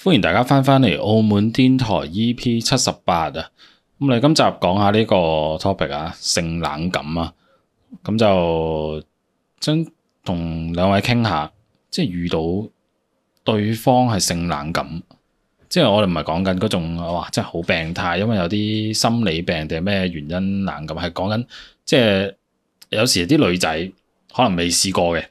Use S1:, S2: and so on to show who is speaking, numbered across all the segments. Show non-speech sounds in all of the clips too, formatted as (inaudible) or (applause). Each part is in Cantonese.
S1: 歡迎大家翻返嚟澳門電台 E.P. 七十八啊！咁嚟今集講下呢個 topic 啊，性冷感啊，咁就想同兩位傾下，即係遇到對方係性冷感，即係我哋唔係講緊嗰種哇，真係好病態，因為有啲心理病定係咩原因冷感，係講緊即係有時啲女仔可能未試過嘅，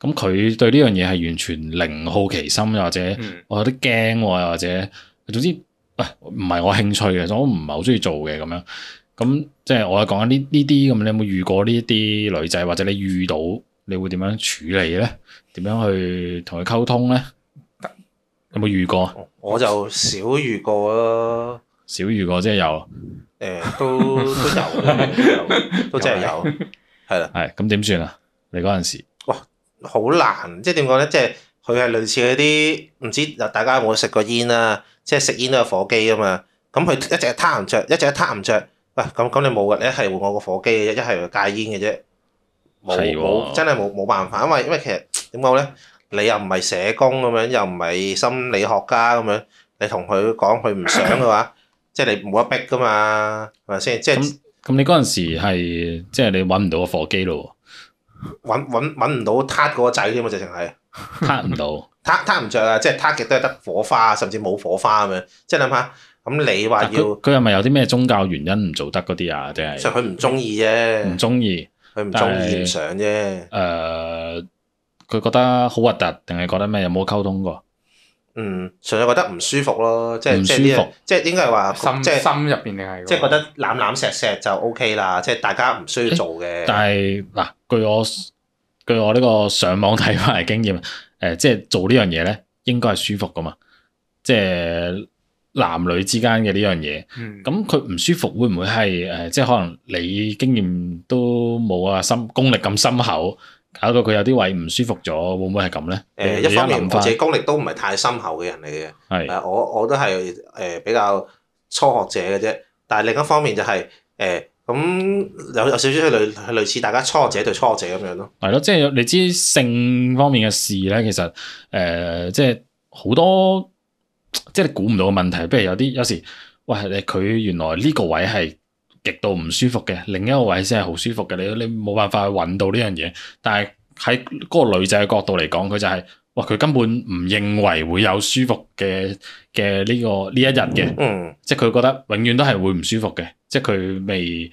S1: 咁佢對呢樣嘢係完全零好奇心，又或者。
S2: 嗯，
S1: 我有啲驚喎，又或者總之，喂唔係我興趣嘅，所以我唔係好中意做嘅咁樣。咁即係我係講緊呢呢啲咁，你有冇遇過呢一啲女仔，或者你遇到你會點樣處理咧？點樣去同佢溝通咧？有冇遇過？
S2: 我就少遇過啦。
S1: 少遇過，即係有
S2: 誒、都都有嘅，都有都真係有，係啦，
S1: 係咁點算啊？你嗰陣時
S2: 好難，即係點講咧？即係佢係類似嗰啲唔知大家有冇食過煙啦，即係食煙都有火機啊嘛。咁佢一隻係攤唔着，一隻係攤唔着。喂，咁咁你冇嘅，你一係換我個火機嘅啫，一係佢戒煙嘅啫，冇
S1: 係喎
S2: 冇真係冇冇辦法，因為因為其實點講咧，你又唔係社工咁樣，又唔係心理學家咁樣，你同佢講佢唔想嘅話，即係你冇得逼噶嘛，係咪先？即係。
S1: 咁，你嗰陣時係即係你揾唔到個火機咯
S2: 揾揾揾唔到撻嗰個掣添啊！直情係 (laughs)
S1: 喎，撻唔到。
S2: 撻撻唔着啊！即係撻極都係得火花，甚至冇火花咁樣。即係諗下，咁你話
S1: 但
S2: 要，
S1: 佢佢係咪有啲咩宗教原因唔做得嗰啲啊？定
S2: 其實
S1: 係
S2: 佢唔中意
S1: 唔
S2: 啫，
S1: 中意？
S2: 佢唔中
S1: 但
S2: 意
S1: 係
S2: 唔
S1: 誒，
S2: 想啫。
S1: 佢、呃覺得好核突，定係覺得咩？有冇溝通過？
S2: 嗯，純粹覺得唔舒服咯，即係
S1: 唔
S2: 即係呢
S1: 舒服
S2: 樣，即係應該係話，
S3: 心
S2: 即係
S3: 心入邊定係
S2: 即係覺得攬攬錫錫就 O K 啦，即係大家唔需要做嘅。
S1: 但係嗱，據我據我呢個上網睇翻嚟經驗，誒、即係做呢樣嘢咧，應該係舒服噶嘛。即係男女之間嘅呢樣嘢，
S3: 嗯
S1: 咁佢唔舒服會唔會係誒、即係可能你經驗都冇啊，深功力咁深厚，搞到佢有啲位唔舒服咗，會唔會係咁咧？
S2: 誒
S1: 你
S2: 一方
S1: 你而家諗
S2: 面，我
S1: 返
S2: 自己功力都唔係太深厚嘅人嚟
S1: 係
S2: 嘅。誒，我我都係誒、比較初學者嘅啫。但係另一方面就係、誒，咁、有有少少類類似大家初學者對初學者咁樣咯。
S1: 係咯，即係有你知性方面嘅事咧，其實誒、呃即係好多，即係你估唔到嘅問題。譬如有啲有時，喂，你佢原來呢個位係極度唔舒服嘅，另一個位先係好舒服嘅。你你冇辦法去揾到呢樣嘢，但係喺嗰個女仔嘅角度嚟講，佢就係、哇！佢根本唔認為會有舒服嘅嘅呢個呢一日嘅，
S2: 嗯，
S1: 即係佢覺得永遠都係會唔舒服嘅，即係佢未誒、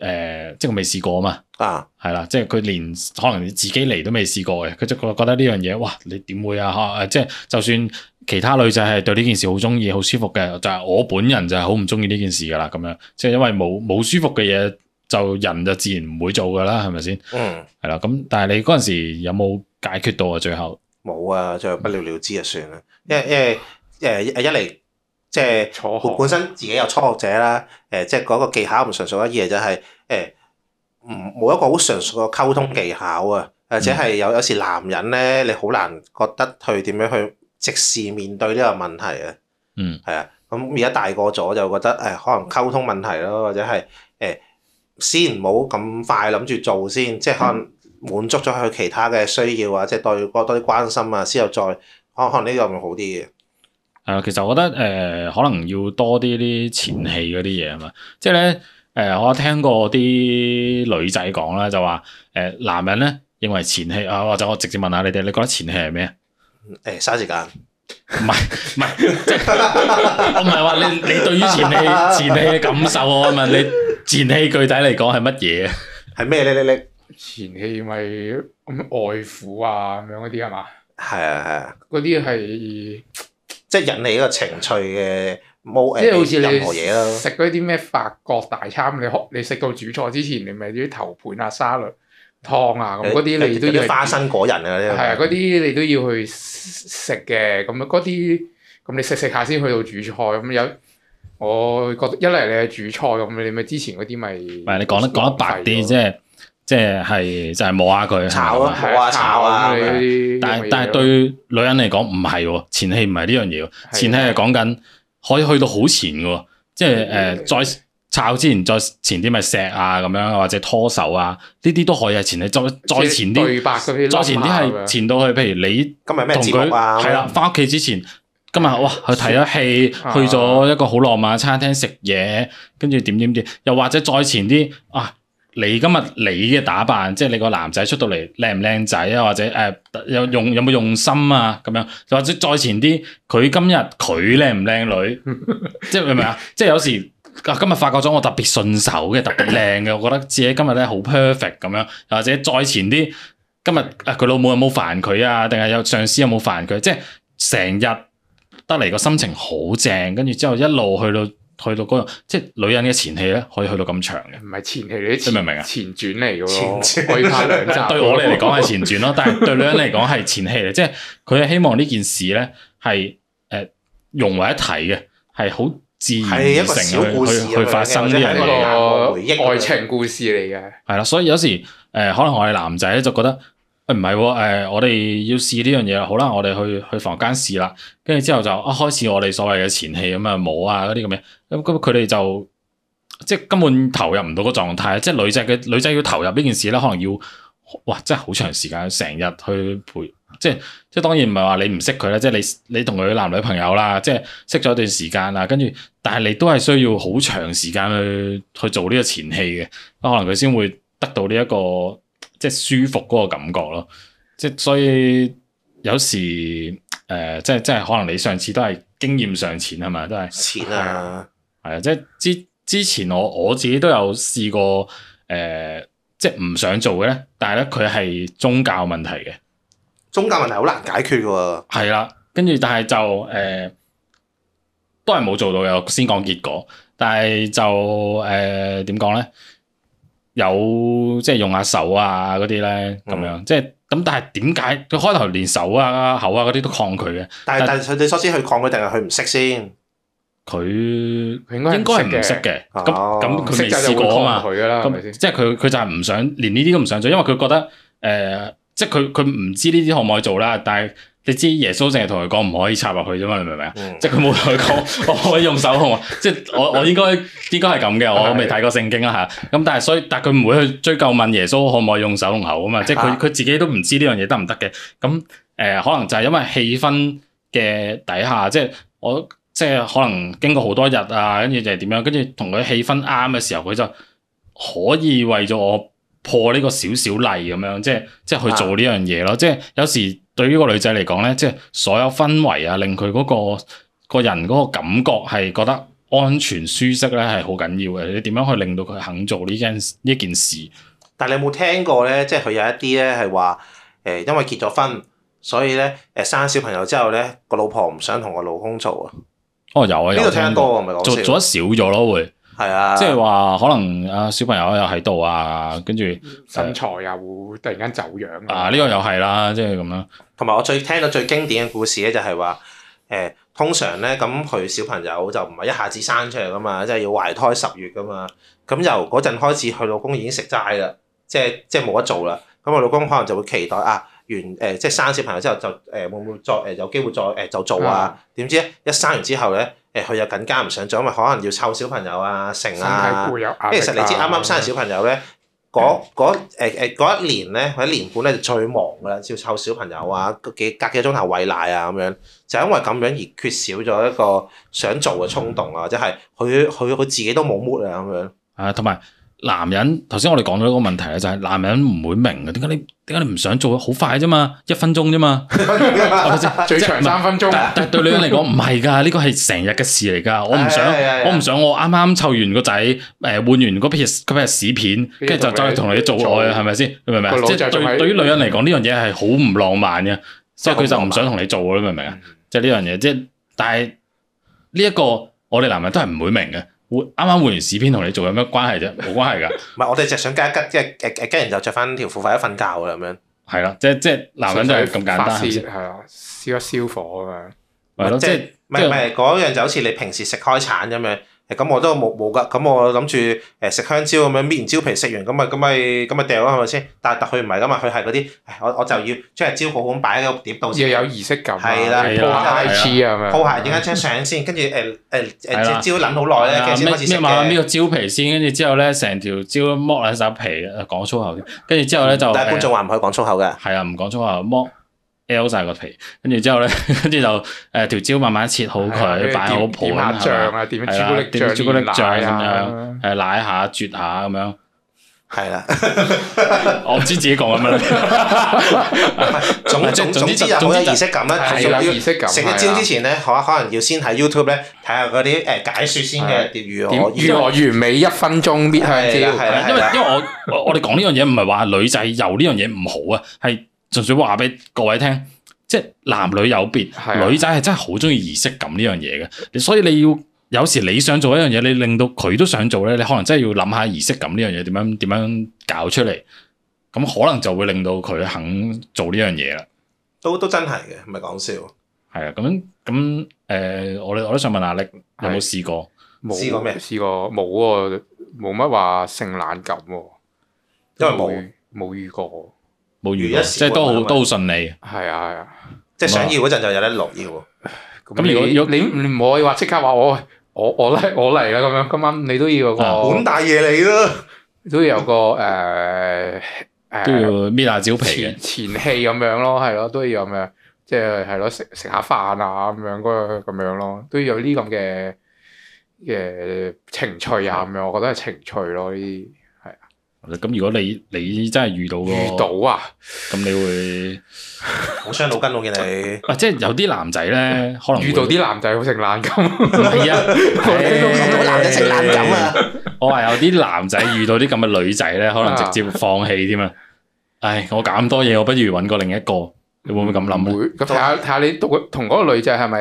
S1: 呃即係佢未試過啊嘛。
S2: 啊，
S1: 係啦，即係佢連可能自己嚟都未試過嘅，佢就覺覺得呢樣嘢，哇！你點會啊？嚇即係就算其他女仔係對呢件事好中意、好舒服嘅，就係、我本人就係好唔中意呢件事噶啦，咁樣即係因為冇冇舒服嘅嘢，就人就自然唔會做噶啦，係咪先？
S2: 嗯，
S1: 係啦，咁但係你嗰陣時有冇解決到啊？最後
S2: 冇啊，最後不了了之就算啦。因為因為誒一一嚟即係
S3: 坐
S2: 本
S3: 學
S2: 本身自己有初學者啦，誒、即係嗰個技巧唔純熟，一二嚟就係誒唔冇一個好純熟嘅溝通技巧啊，或者係有有時男人咧，你好難覺得佢點樣去直視面對呢個問題啊。
S1: 嗯，
S2: 係啊，咁而家大個咗就覺得誒、可能溝通問題咯，或者係誒、呃先唔好咁快諗住做先，即係可能滿足咗佢其他嘅需要啊，即係對佢多啲關心啊，之後再可可能呢個咪好啲嘅。
S1: 係啊，其實我覺得誒、呃可能要多啲啲前戲嗰啲嘢啊嘛，即係咧誒，我聽過啲女仔講啦，就話誒、呃男人咧認為前戲啊，或者我直接問下你哋，你覺得前戲係咩啊？
S2: 誒、嗯呃嘥時間，
S1: 唔係唔係，即係我唔係話你你對於前戲前戲嘅感受，我問你前戲具體嚟講係乜嘢啊？
S2: 係咩咧？你你
S3: 前戲咪咁外父啊咁樣嗰啲係嘛？
S2: 係啊係啊，
S3: 嗰啲係
S2: 即係引起一個情趣嘅冇
S3: 即係好似
S2: 誒任何嘢啊
S3: 你
S2: 咯。
S3: 食嗰啲咩法國大餐，你學你食到主菜之前，你咪啲頭盤啊、沙律湯啊咁嗰啲，你都
S2: 有
S3: 要
S2: 啲花生果仁啊，呢個
S3: 係啊，嗰啲你都要去食嘅，咁嗰啲咁你食食下先去到主菜，咁有我覺得一嚟你係主菜，咁你咪之前嗰啲咪唔
S1: 唔係你講得講得白啲，即係即係係就係摸下佢，係咪
S2: 炒
S1: 咁
S2: 咯
S1: 啊
S2: 冇啊炒啊
S3: 咁你啲
S1: 但
S3: 咁
S1: 係
S3: 嘅
S1: 但
S3: 嘢
S1: 係
S3: 咯
S1: 對女人嚟講唔係喎，前戲唔係呢樣嘢喎，
S3: 係
S1: 前戲係講緊可以去到好前嘅喎，即係誒、呃
S3: 嗯
S1: 再炒之前再前啲咪錫啊咁樣，或者拖手啊，呢啲都可以係前戲，再再前
S3: 即係
S1: 啲，
S3: 對白嗰啲
S1: 再前啲
S3: 冧下咁
S1: 係
S3: 樣
S1: 前到去，譬如你
S2: 今日咩
S1: 同
S2: 節
S1: 佢
S2: 目啊？
S1: 係啦，翻屋企之前。今日哇去睇咗戲，
S3: 啊
S1: 去咗一個好浪漫嘅餐廳食嘢，跟住點點點，又或者再前啲啊，你今日你嘅打扮，即係你個男仔出到嚟靚唔靚仔啊，或者誒、呃有用有冇用心啊咁樣，又或者再前啲佢今日佢靚唔靚女，即係明唔明啊？即係有時。啊！今日發覺咗我特別順手嘅，特別靚嘅，我覺得自己今日咧好 perfect 咁樣，又或者再前啲，今日啊佢老母有冇煩佢啊？定係有上司有冇煩佢？即係成日得嚟個心情好正，跟住之後一路去到去到嗰度，即係女人嘅前戲咧，可以去到咁長嘅。
S3: 唔係前期你啲前
S1: 你明唔明啊
S3: 前傳嚟
S2: 前
S3: 嘅
S2: 傳
S3: 咯，可以拍兩
S1: (laughs)
S3: 集。
S1: 對
S2: (laughs)
S1: 我哋嚟講係前
S2: 啊
S1: 傳咯，但係對女人嚟講係前戲嚟，即係佢係希望呢件事咧係誒融為一體嘅，係好自然
S2: 係
S1: 而
S2: 一個小
S1: 成
S2: 故事啊
S1: 去去去發生呢樣
S2: 係
S1: 嘢
S2: 一
S1: 嘅。
S2: 個回憶
S3: 一個愛情故事嚟嘅，
S1: 係啦，所以有時誒、呃可能我哋男仔咧就覺得，誒唔係喎，誒我哋要試呢樣嘢啦，好啦，我哋去去房間試啦，跟住之後就啊開始我哋所謂嘅前戲咁啊冇啊嗰啲咁嘅，咁咁佢哋就即係根本投入唔到個狀態，即係女仔嘅女仔要投入呢件事咧，可能要哇真係好長時間，成日去陪。即係即係當然唔係話你唔識佢啦，即係你你同佢男女朋友啦，即係識咗一段時間啦，跟住但係你都係需要好長時間去去做呢個前戲嘅。可能佢先會得到呢、一個即係舒服嗰個感覺咯。即係所以有時誒、呃即係即係可能你上次都係經驗尚淺係咪？都係
S2: 錢啊，
S1: 係啊，即係之之前我我自己都有試過誒、呃即係唔想做嘅咧，但係咧佢係宗教問題嘅，
S2: 宗教問題好難解決嘅喎。
S1: 係啦，跟住但係就誒、呃都係冇做到嘅，我先講結果，但係就誒點講咧？有即係用下手啊嗰啲咧，咁樣、即係咁，但係點解佢開頭連手啊、口啊嗰啲都抗拒嘅？
S2: 但係但係你所知佢抗拒定係佢唔識先？
S1: 佢
S3: 佢應該
S1: 應該係唔識
S3: 嘅，
S1: 嘅，咁
S2: 哦
S1: 咁
S3: 唔
S1: 佢
S3: 識
S1: 未
S3: 就
S1: 試
S3: 就會
S1: 過啊嘛
S3: 抗。拒㗎啦，係咪
S1: 咁
S3: 先？
S1: 即係佢佢就係唔想連呢啲都唔想做，因為佢覺得誒、呃即係佢佢唔知呢啲可唔可以做啦。但係你知耶穌淨係同佢講唔可以插入去啫嘛，你明唔明啊？
S2: 嗯
S1: 即係佢冇同佢講 (laughs) 我可以用手控啊，即係我我應該應該係咁嘅，我未睇過聖經啦嚇。咁但係所以但係佢唔會去追究問耶穌可唔可以用手同口啊嘛，即係佢
S2: 啊
S1: 佢自己都唔知呢樣嘢得唔得嘅。咁誒、呃可能就係因為氣氛嘅底下，即係我即係可能經過好多日啊，跟住就係點樣，跟住同佢氣氛啱嘅時候，佢就可以為咗我破呢個少少例咁樣，即係即係去做呢樣嘢咯。即係有時對於個女仔嚟講咧，即係所有氛圍啊，令佢嗰、個個人嗰個感覺係覺得安全舒適咧，係好緊要嘅。你點樣去令到佢肯做呢件呢件事？
S2: 但係你有冇聽過咧？即係佢有一啲咧係話誒，因為結咗婚，所以咧誒生小朋友之後咧，個老婆唔想同個老公做啊。
S1: 哦，有啊，
S2: 呢
S1: 有
S2: 度聽
S1: 聽
S2: 得
S1: 過，
S2: 多，唔係講
S1: 做
S2: 笑。
S1: 做得少咗咯，會
S2: 係啊，
S1: 即係話可能啊小朋友又喺度啊，跟住
S2: 嗯
S3: 身材又會突然間走樣㗎
S1: 啊呢個又係啦，即係咁樣。
S2: 同埋我最聽到最經典嘅故事咧，就係話誒，通常咧咁佢小朋友就唔係一下子生出嚟噶嘛，即係要懷胎十月噶嘛。咁由嗰陣開始，佢老公已經食齋啦，即係即係冇得做啦。咁我老公可能就會期待啊，完誒、即係生小朋友之後就誒、會唔會再誒、有機會再誒、就做
S3: 嗯
S2: 啊？點知咧一生完之後咧誒佢又更加唔想做，因為可能要湊小朋友啊、成
S3: 身
S2: 啊
S3: 體。固有壓力啊。
S2: 因為其實你知啱啱生小朋友咧，嗰嗰誒誒嗰一年咧，或者年半咧就最忙噶啦，要湊小朋友啊，幾隔幾個鐘頭餵奶啊咁樣，就因為咁樣而缺少咗一個想做嘅衝動啊，或者係佢佢佢自己都冇 mood 啊咁樣。
S1: 啊，同埋男人，頭先我哋講到一個問題咧，就係、男人唔會明嘅，點解你點解你唔想做？好快啫嘛，一分鐘啫嘛，係
S2: (laughs)
S1: 咪先？
S3: 最長三分鐘，
S1: 但但對女人嚟講唔係㗎，呢個係成日嘅事嚟㗎。 (laughs) 我唔想
S2: 係係係係，
S1: 我唔想我啱啱湊完個仔，誒換完嗰片嗰片屎片，跟住就走去同你做愛，係咪先？你明唔明啊
S3: 個？腦
S1: 即
S3: 就
S1: 係
S3: 仲
S1: 對
S3: 喺
S1: 對於女人嚟講，呢樣嘢係好唔浪漫嘅，所以佢就唔想同你做咯，你明唔明啊？即係呢樣嘢，即係但係呢一個我哋男人都係唔會明嘅。會啱啱換完屎片同你做有咩關係啫？冇關係㗎。
S2: 唔係我哋就想加一吉，即係誒誒，跟然就着翻條褲快啲瞓覺啦咁樣。
S1: 係啦，即係即係男人就係咁簡單，
S3: 發
S1: 係咪
S3: 泄
S1: 先
S3: 係啊，燒一燒火咁樣。
S1: 係咯，即係
S2: 唔係唔係嗰樣就好似你平時食開橙咁樣。誒咁我都冇冇㗎，咁我諗住誒食香蕉咁樣搣完蕉皮食完，咁咪咁咪咁咪掉啦，係咪先？但係佢唔係㗎嘛，佢係嗰啲，唉我我就要將隻蕉好咁擺喺個碟度先，
S3: 要有儀式感啊，
S2: 係啦
S3: 要 po 下
S2: 係啦
S3: IG 啊咁樣，
S2: 鋪下點解張相先，跟住誒誒
S1: 係啦啊
S2: 誒隻蕉諗好耐咧，跟住先開始
S1: 咩
S2: 食
S1: 慢慢搣
S2: 嘅。
S1: 個蕉皮先，跟住之後咧成條蕉剝爛晒皮，誒講粗口添，跟住之後咧就
S2: 但係觀眾
S1: 誒
S2: 話唔可以講粗口㗎，
S1: 係啊，唔講粗口，剝 L 晒個皮，跟住之後咧， (laughs) 跟住就誒條蕉慢慢切
S3: 啊
S1: 好佢，擺好盤
S3: 點下醬
S1: 係嘛
S3: 啊，點
S1: 啊係
S3: 朱古
S1: 啦
S3: 力醬、
S1: 點朱古力醬
S3: 奶
S1: 咁
S3: 啊，
S1: 誒奶下啜下咁樣。(laughs)
S2: 係啦， (laughs)
S1: 我唔知自己講緊
S3: (laughs)
S1: 乜啦。即係
S2: 總總
S1: 總
S2: 總
S1: 之
S2: 之
S1: 就
S2: 就好
S1: 總之
S2: 有
S1: 就
S2: 儀式感啦，
S3: 係
S2: 仲
S3: 啦，
S2: 要
S3: 儀式感
S2: 啊食一
S1: 啊
S3: 係啊
S2: 招
S3: 啦
S2: 之前咧，可可能要先喺 YouTube 咧睇下嗰啲誒解説先嘅如何
S3: 點如何完美一分鐘搣
S2: 係啊啦係
S3: 香
S2: 啦
S1: 啊因為因為我我我哋講呢樣嘢唔係話女仔有呢樣嘢唔好啊，係純粹話俾各位聽，即係男女有別
S3: 係，啊
S1: 女仔係真係好中意儀式感呢樣嘢嘅，你所以你要有時你想做一樣嘢，你令到佢都想做咧，你可能真係要諗下儀式感呢樣嘢點樣點樣搞出嚟，咁可能就會令到佢肯做呢樣嘢啦。
S2: 都都真係嘅，唔係講笑。
S1: 係啊，咁咁誒，我哋我都想問阿力有冇試過？
S3: 蕉。
S2: 試過咩
S3: 試過冇喎，冇乜話性冷感喎，
S2: 因為冇
S3: 遇冇遇過。
S1: 冇遇
S2: 如
S1: 過，
S2: 一試
S1: 即係都好
S2: 過啊嘛
S1: 都好順利。
S3: 係啊係啊，
S2: 即係想要嗰陣就有得落要喎。
S1: 咁
S3: 咁
S1: 如果
S3: 你
S1: 如果
S3: 你你唔可以話即刻話我我我嚟我嚟啦咁樣，今晚你都要有
S2: 本
S1: 哦啊
S3: 個
S2: 大嘢你咯，
S3: 都要有個誒
S1: 都要
S3: 誒
S1: 搣下蕉皮嘅
S3: 前。前戲咁樣咯，係咯，都要有咁樣，即係係咯食食下飯啊咁樣嗰個咁樣咯，都要有呢咁嘅嘅情趣啊咁樣，我覺得係情趣咯呢啲。
S1: 咁如果你你真係遇到個，
S3: 遇到啊，
S1: 咁你會，
S2: 好傷腦筋我見你。
S1: 啊即係有啲男仔咧，可能會
S3: 遇到啲男仔好食冷咁，
S1: 唔係啊，
S2: 好
S1: 誒
S2: 男人食冷感啊！
S1: 我話有啲男仔遇到啲咁嘅女仔咧，可能直接放棄添啊！唉，我搞咁多嘢，我不如揾個另一個，你會唔會咁諗咧？
S3: 會 (laughs) 咁睇下睇下你同同嗰個女仔係咪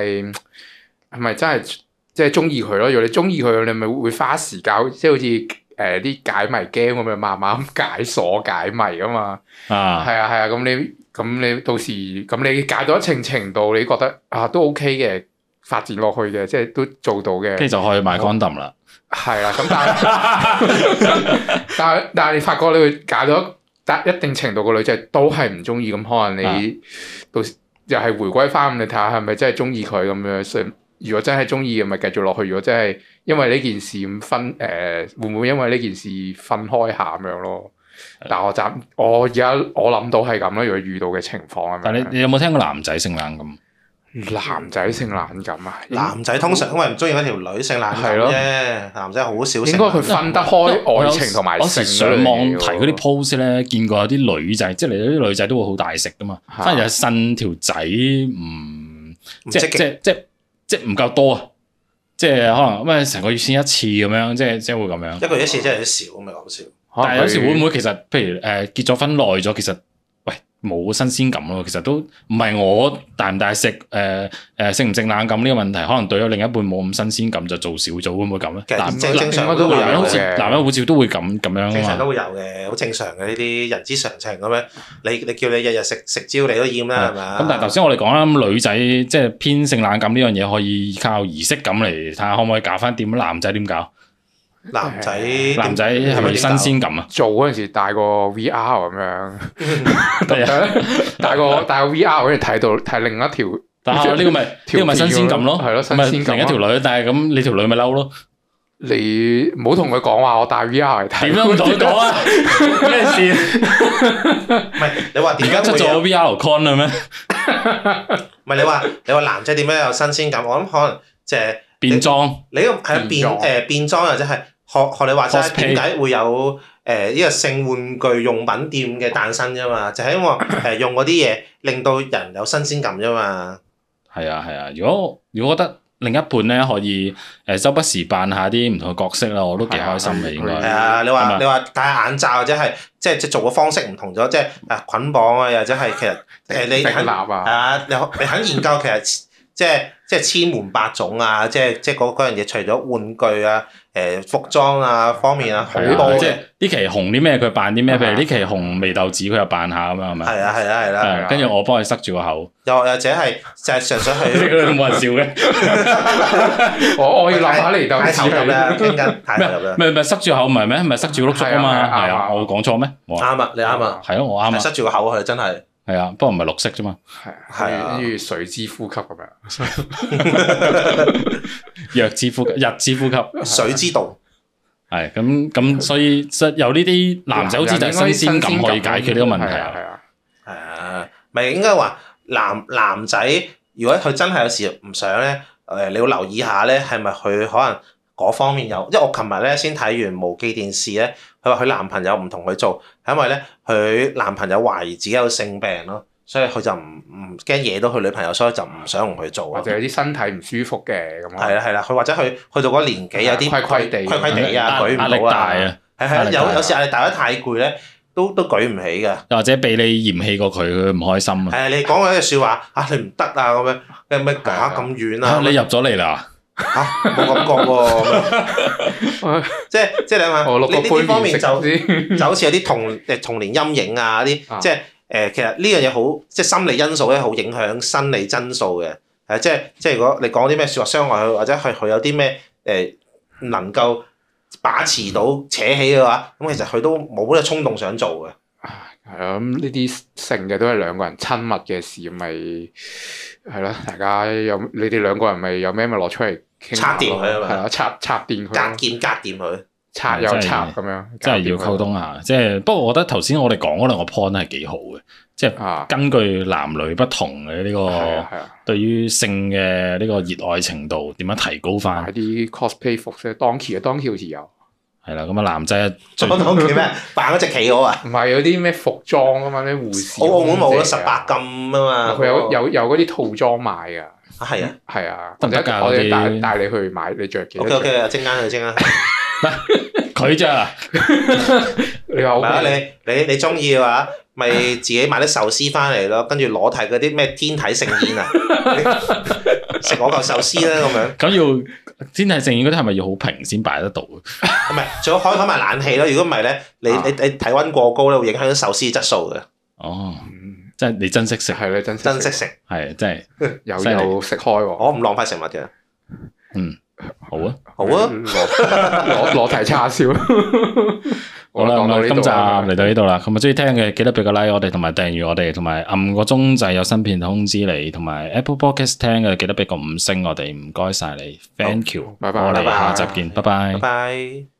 S3: 係咪真係即係中意佢咯？如果你中意佢，你咪會花時間，即係好似誒啲解謎 game 咁樣，慢慢解鎖解謎啊嘛。
S1: 啊，
S3: 係啊係啊，咁你咁你到時咁你解到一程程度，你覺得啊都 OK 嘅，發展落去嘅，即係都做到嘅
S1: 跟。住就可以買 condom 啦。
S3: 係啦，咁但
S1: (laughs)
S3: 係但係但係你發覺你會解到達一定程度個女仔都係唔中意，咁可能
S1: 啊
S3: 你到時又係回歸翻，你睇下係咪真係中意佢咁樣。所以如果真係中意，咪繼續落去；如果真係因為呢件事咁分誒、會唔會因為呢件事分開下咁樣咯？但我暫我而家我諗到係咁咯，如果遇到嘅情況
S1: 但
S3: 係
S1: 係你你有冇聽過男仔性冷咁？
S3: 咪？男仔性冷感啊，應
S2: 男仔通常因為唔中意嗰條女性冷感
S3: 係咯
S2: 啫，男仔好少食。
S3: 應該佢分得開愛情同埋
S1: 我有
S3: 性
S1: 時上
S3: 嗰
S1: 網
S3: 樣嘢
S1: 睇
S3: 喎
S1: 嗰啲 post 咧，見過有啲女仔，即係你啲女仔都會好大食噶嘛，
S3: 嚇
S1: 反而係呻條仔唔
S2: 唔
S1: 即係
S2: 積
S1: 即
S2: 極，
S1: 係即係即係唔夠多啊！即係可能咩成個月先一次咁樣，即係即係會咁樣。
S2: 一個月一次真係有啲少，咪講笑。
S1: 但係有時
S3: 可能佢
S1: 會唔會其實譬如誒、呃、結咗婚耐咗，其實喂冇新鮮感咯。其實都唔係我大唔大食誒誒性唔性冷感呢個問題，可能對咗另一半冇咁新鮮感，就做少咗，會唔會咁
S2: 其
S1: 咧？
S2: 實
S1: 男
S2: 正正
S3: 應
S2: 常
S3: 該都
S2: 都會
S3: 會
S2: 有
S1: 男人好
S2: 嘅
S1: 似
S3: 嘅
S1: 男人好似都會咁咁樣
S2: 正常
S1: 啊嘛。
S2: 都會有嘅，好正常嘅呢啲人之常情咁樣。你你叫你日日食食蕉，你都厭啦，係咪啊
S1: 咁但係頭先我哋講啦，咁女仔即係偏性冷感呢樣嘢，可以靠儀式感嚟睇下可唔可以搞翻掂。男仔點搞？
S2: 男仔點
S1: 男仔係咪新鮮感啊？
S3: 做嗰陣時戴個 VR 咁
S1: (laughs)
S3: 樣，
S1: 得啊
S3: (laughs) 戴個戴個 VR 好似睇到睇另一條，
S1: 但係呢個咪呢
S3: 條
S1: 個咪新鮮感咯，
S3: 係咯新
S1: 咪
S3: 鮮感
S1: 另一條女，但係咁你條女咪嬲咯，
S3: 你唔好同佢講話我戴 VR 嚟睇，
S1: 點樣唔同佢講啊？ (laughs) 咩事？
S2: 唔係你話
S1: 而
S2: 點
S1: 家
S2: 解
S1: 出
S2: 會
S1: 咗
S2: 有？
S1: VR con 啦咩？
S2: 唔係你話你話男仔點樣有新鮮感？我諗可能即係
S1: 變裝
S2: 你咁係啊
S3: 變
S2: 變
S3: 裝
S2: 誒變裝或者係學學你話齋
S1: Cosplay
S2: 點解會有誒呢個性玩具用品店嘅誕生啫嘛？就係
S1: (coughs)
S2: 因為誒用嗰啲嘢令到人有新鮮感啫嘛。
S1: 係啊係啊，如果如果覺得另一半咧可以誒周不時扮下啲唔同嘅角色啦，我都幾開心嘅應
S3: 係
S2: 係
S1: 該。
S2: 啊，你
S1: 嗯係
S2: 話
S1: 嘛
S2: 你話戴眼罩或者係即係即係做嘅方式唔同咗，即係啊捆綁啊，又或者係其實誒你
S3: 直立
S2: 肯係
S3: 啊，
S2: 啊，你你肯研究其實即係即係千門百種啊，即係即係嗰嗰樣嘢，除咗玩具啊、誒服裝啊方面啊，好
S1: 係
S2: 多
S1: 啊，
S2: 嘅
S1: 即係呢期紅啲咩佢扮啲咩，譬
S3: 係
S1: 如
S3: 啊
S1: 呢期紅味豆子佢又扮下咁樣係咪？
S2: 係啊係啊係啦，
S1: 係跟住我幫佢塞住個口， (laughs)
S2: 又或者係就係純粹
S3: (laughs)
S2: 去
S1: 冇人笑嘅。
S3: 我我要
S2: 啊
S3: 諗下嚟到
S2: 太投入啦，傾緊太投入啦
S1: 唔，係唔係塞住口唔係咩？唔係塞住碌竹啊嘛，
S3: 係啊係啊
S1: 係
S3: 啱
S1: 啊，
S3: 啊
S1: 我講錯咩？冇啊，
S2: 啱啊，你啱啊，
S1: 係咯，我啱
S2: 係
S1: 啊，
S2: 塞住個口佢真係
S1: 係啊，不過唔係綠色啫嘛，
S2: 係
S3: 係
S2: 啊
S3: 啊，跟住水之呼吸咁樣，
S1: 弱之呼吸，日之呼吸，
S3: 啊
S2: 水之道，
S1: 係咁咁，所以即係有呢啲男仔好似就係新鮮感可以解決呢個問題
S3: 係
S1: 啊，
S3: 啊係啊，
S2: 係啊，咪應該話男男仔如果佢真係有時唔想咧，誒、你要留意下咧，係咪佢可能嗰方面有？因為我琴日咧先睇完無記電視咧，佢話佢男朋友唔同佢做，係因為咧佢男朋友懷疑自己有性病咯，所以佢就唔唔驚惹到佢女朋友，所以就唔想同佢做
S3: 或
S2: 咯。
S3: 者有啲身體唔舒服嘅咁
S2: 係
S3: 啊，
S2: 啦係啦，佢或者佢去到嗰年紀有啲
S3: 係啊虧虧地
S2: 虧虧地啊，舉唔
S1: 壓力
S2: 到
S1: 大
S2: 啊，
S1: 啊，
S2: 係
S1: 壓
S2: 係
S1: 力大
S2: 有
S1: 啊
S2: 有時壓力大得太攰咧，都都舉唔起㗎。
S1: 又或者俾你嫌棄過佢，佢唔開心啊
S2: 係啊，你講嗰句説話啊，你唔得啊咁樣，跟住咩
S3: 係啊
S2: 嚇咁遠
S1: 啊！
S2: 啊，
S1: 你入咗嚟啦，
S2: 嚇冇感覺喎咁樣，
S3: (laughs)
S2: 即係即係你諗下，
S3: 我六個
S2: 呢呢呢
S3: 杯
S2: 方
S3: 麪
S2: 面就
S3: 食先，
S2: 就好似有啲童誒童年陰影啊啲，
S3: 嗯啊
S2: 即係誒其實呢樣嘢好即係心理因素咧，好影響生理因素嘅。係即係即係如果你講啲咩説話傷害佢，或者係佢有啲咩誒唔能夠把持到扯起嘅話，咁其實佢都冇呢個衝動想做嘅。
S3: 係啊，咁呢啲性嘅都係兩個人親密嘅事，咪係咯，大家有你哋兩個人咪有咩咪攞出嚟傾下
S2: 插電佢啊嘛
S3: 係啊，插插電佢
S2: 隔
S3: 咯，
S2: 劍隔掂佢，
S3: 嗯插又插咁樣，
S1: 真係要
S3: 搞掂佢
S1: 溝通下。即係不過，我覺得頭先我哋講嗰兩個 point 係幾好嘅，即係
S3: 啊，
S1: 根據男女不同嘅呢
S3: 係
S1: 個
S3: 啊係啊，
S1: 對於性嘅呢個熱愛程度點樣提高翻
S3: 買？啲 cosplay 服啫，Donkey 嘅 Donkey 好似有，
S1: 係啦，咁啊男仔最
S2: 我
S3: (laughs)
S2: 講叫咩？扮嗰只企鵝啊！
S3: 唔係有啲咩服裝啊嘛，咩護士
S2: 澳澳門冇
S3: 空
S2: 咯，
S3: 姐
S2: 十
S3: 啊
S2: 八禁啊嘛。
S3: 佢有有有嗰啲套裝賣㗎。
S2: 啊，係啊。
S3: 係啊，
S1: 得唔得㗎
S3: 我哋
S1: 嗰啲
S3: 帶帶你去買，你着幾
S2: O
S3: 多
S2: K O
S3: 着？
S2: K，啊，精啱佢精啱佢。
S1: 佢咋？
S3: 你話
S2: 唔係啊，
S3: 好咩？
S2: 你你你中意嘅話，咪自己買啲壽司翻嚟咯，跟住裸體嗰啲咩天體盛
S3: (laughs)
S2: 宴啊，你食我嚿壽司啦咁樣。
S1: 咁要天體盛宴嗰啲係咪要好平先擺得到？
S2: 唔係，最好開開埋冷氣咯。如果唔係咧，你
S3: 啊
S2: 你你體温過高咧，會影響壽司質素嘅。
S1: 哦，
S3: 嗯
S1: 即係你珍惜食，
S3: 係啦，珍惜
S2: 珍惜食，
S1: 係真係
S3: 又
S1: 犀利
S3: 又食開喎。
S2: 我唔浪費食物嘅。
S1: 好啊！
S2: 好啊，
S3: 嗯攞攞攞提叉燒。
S1: 好啦，咁啊今集嚟到呢度啦，咁啊中意聽嘅記得俾個 like 我哋，同埋訂閱我哋，同埋撳個鐘掣有新片通知你，同埋 Apple Podcast 聽嘅記得俾個五星我哋，唔該晒你，thank you，
S3: 拜拜
S1: 我哋
S2: 拜
S1: 下
S2: 拜
S3: 嗯
S1: 集見，拜
S2: 拜拜。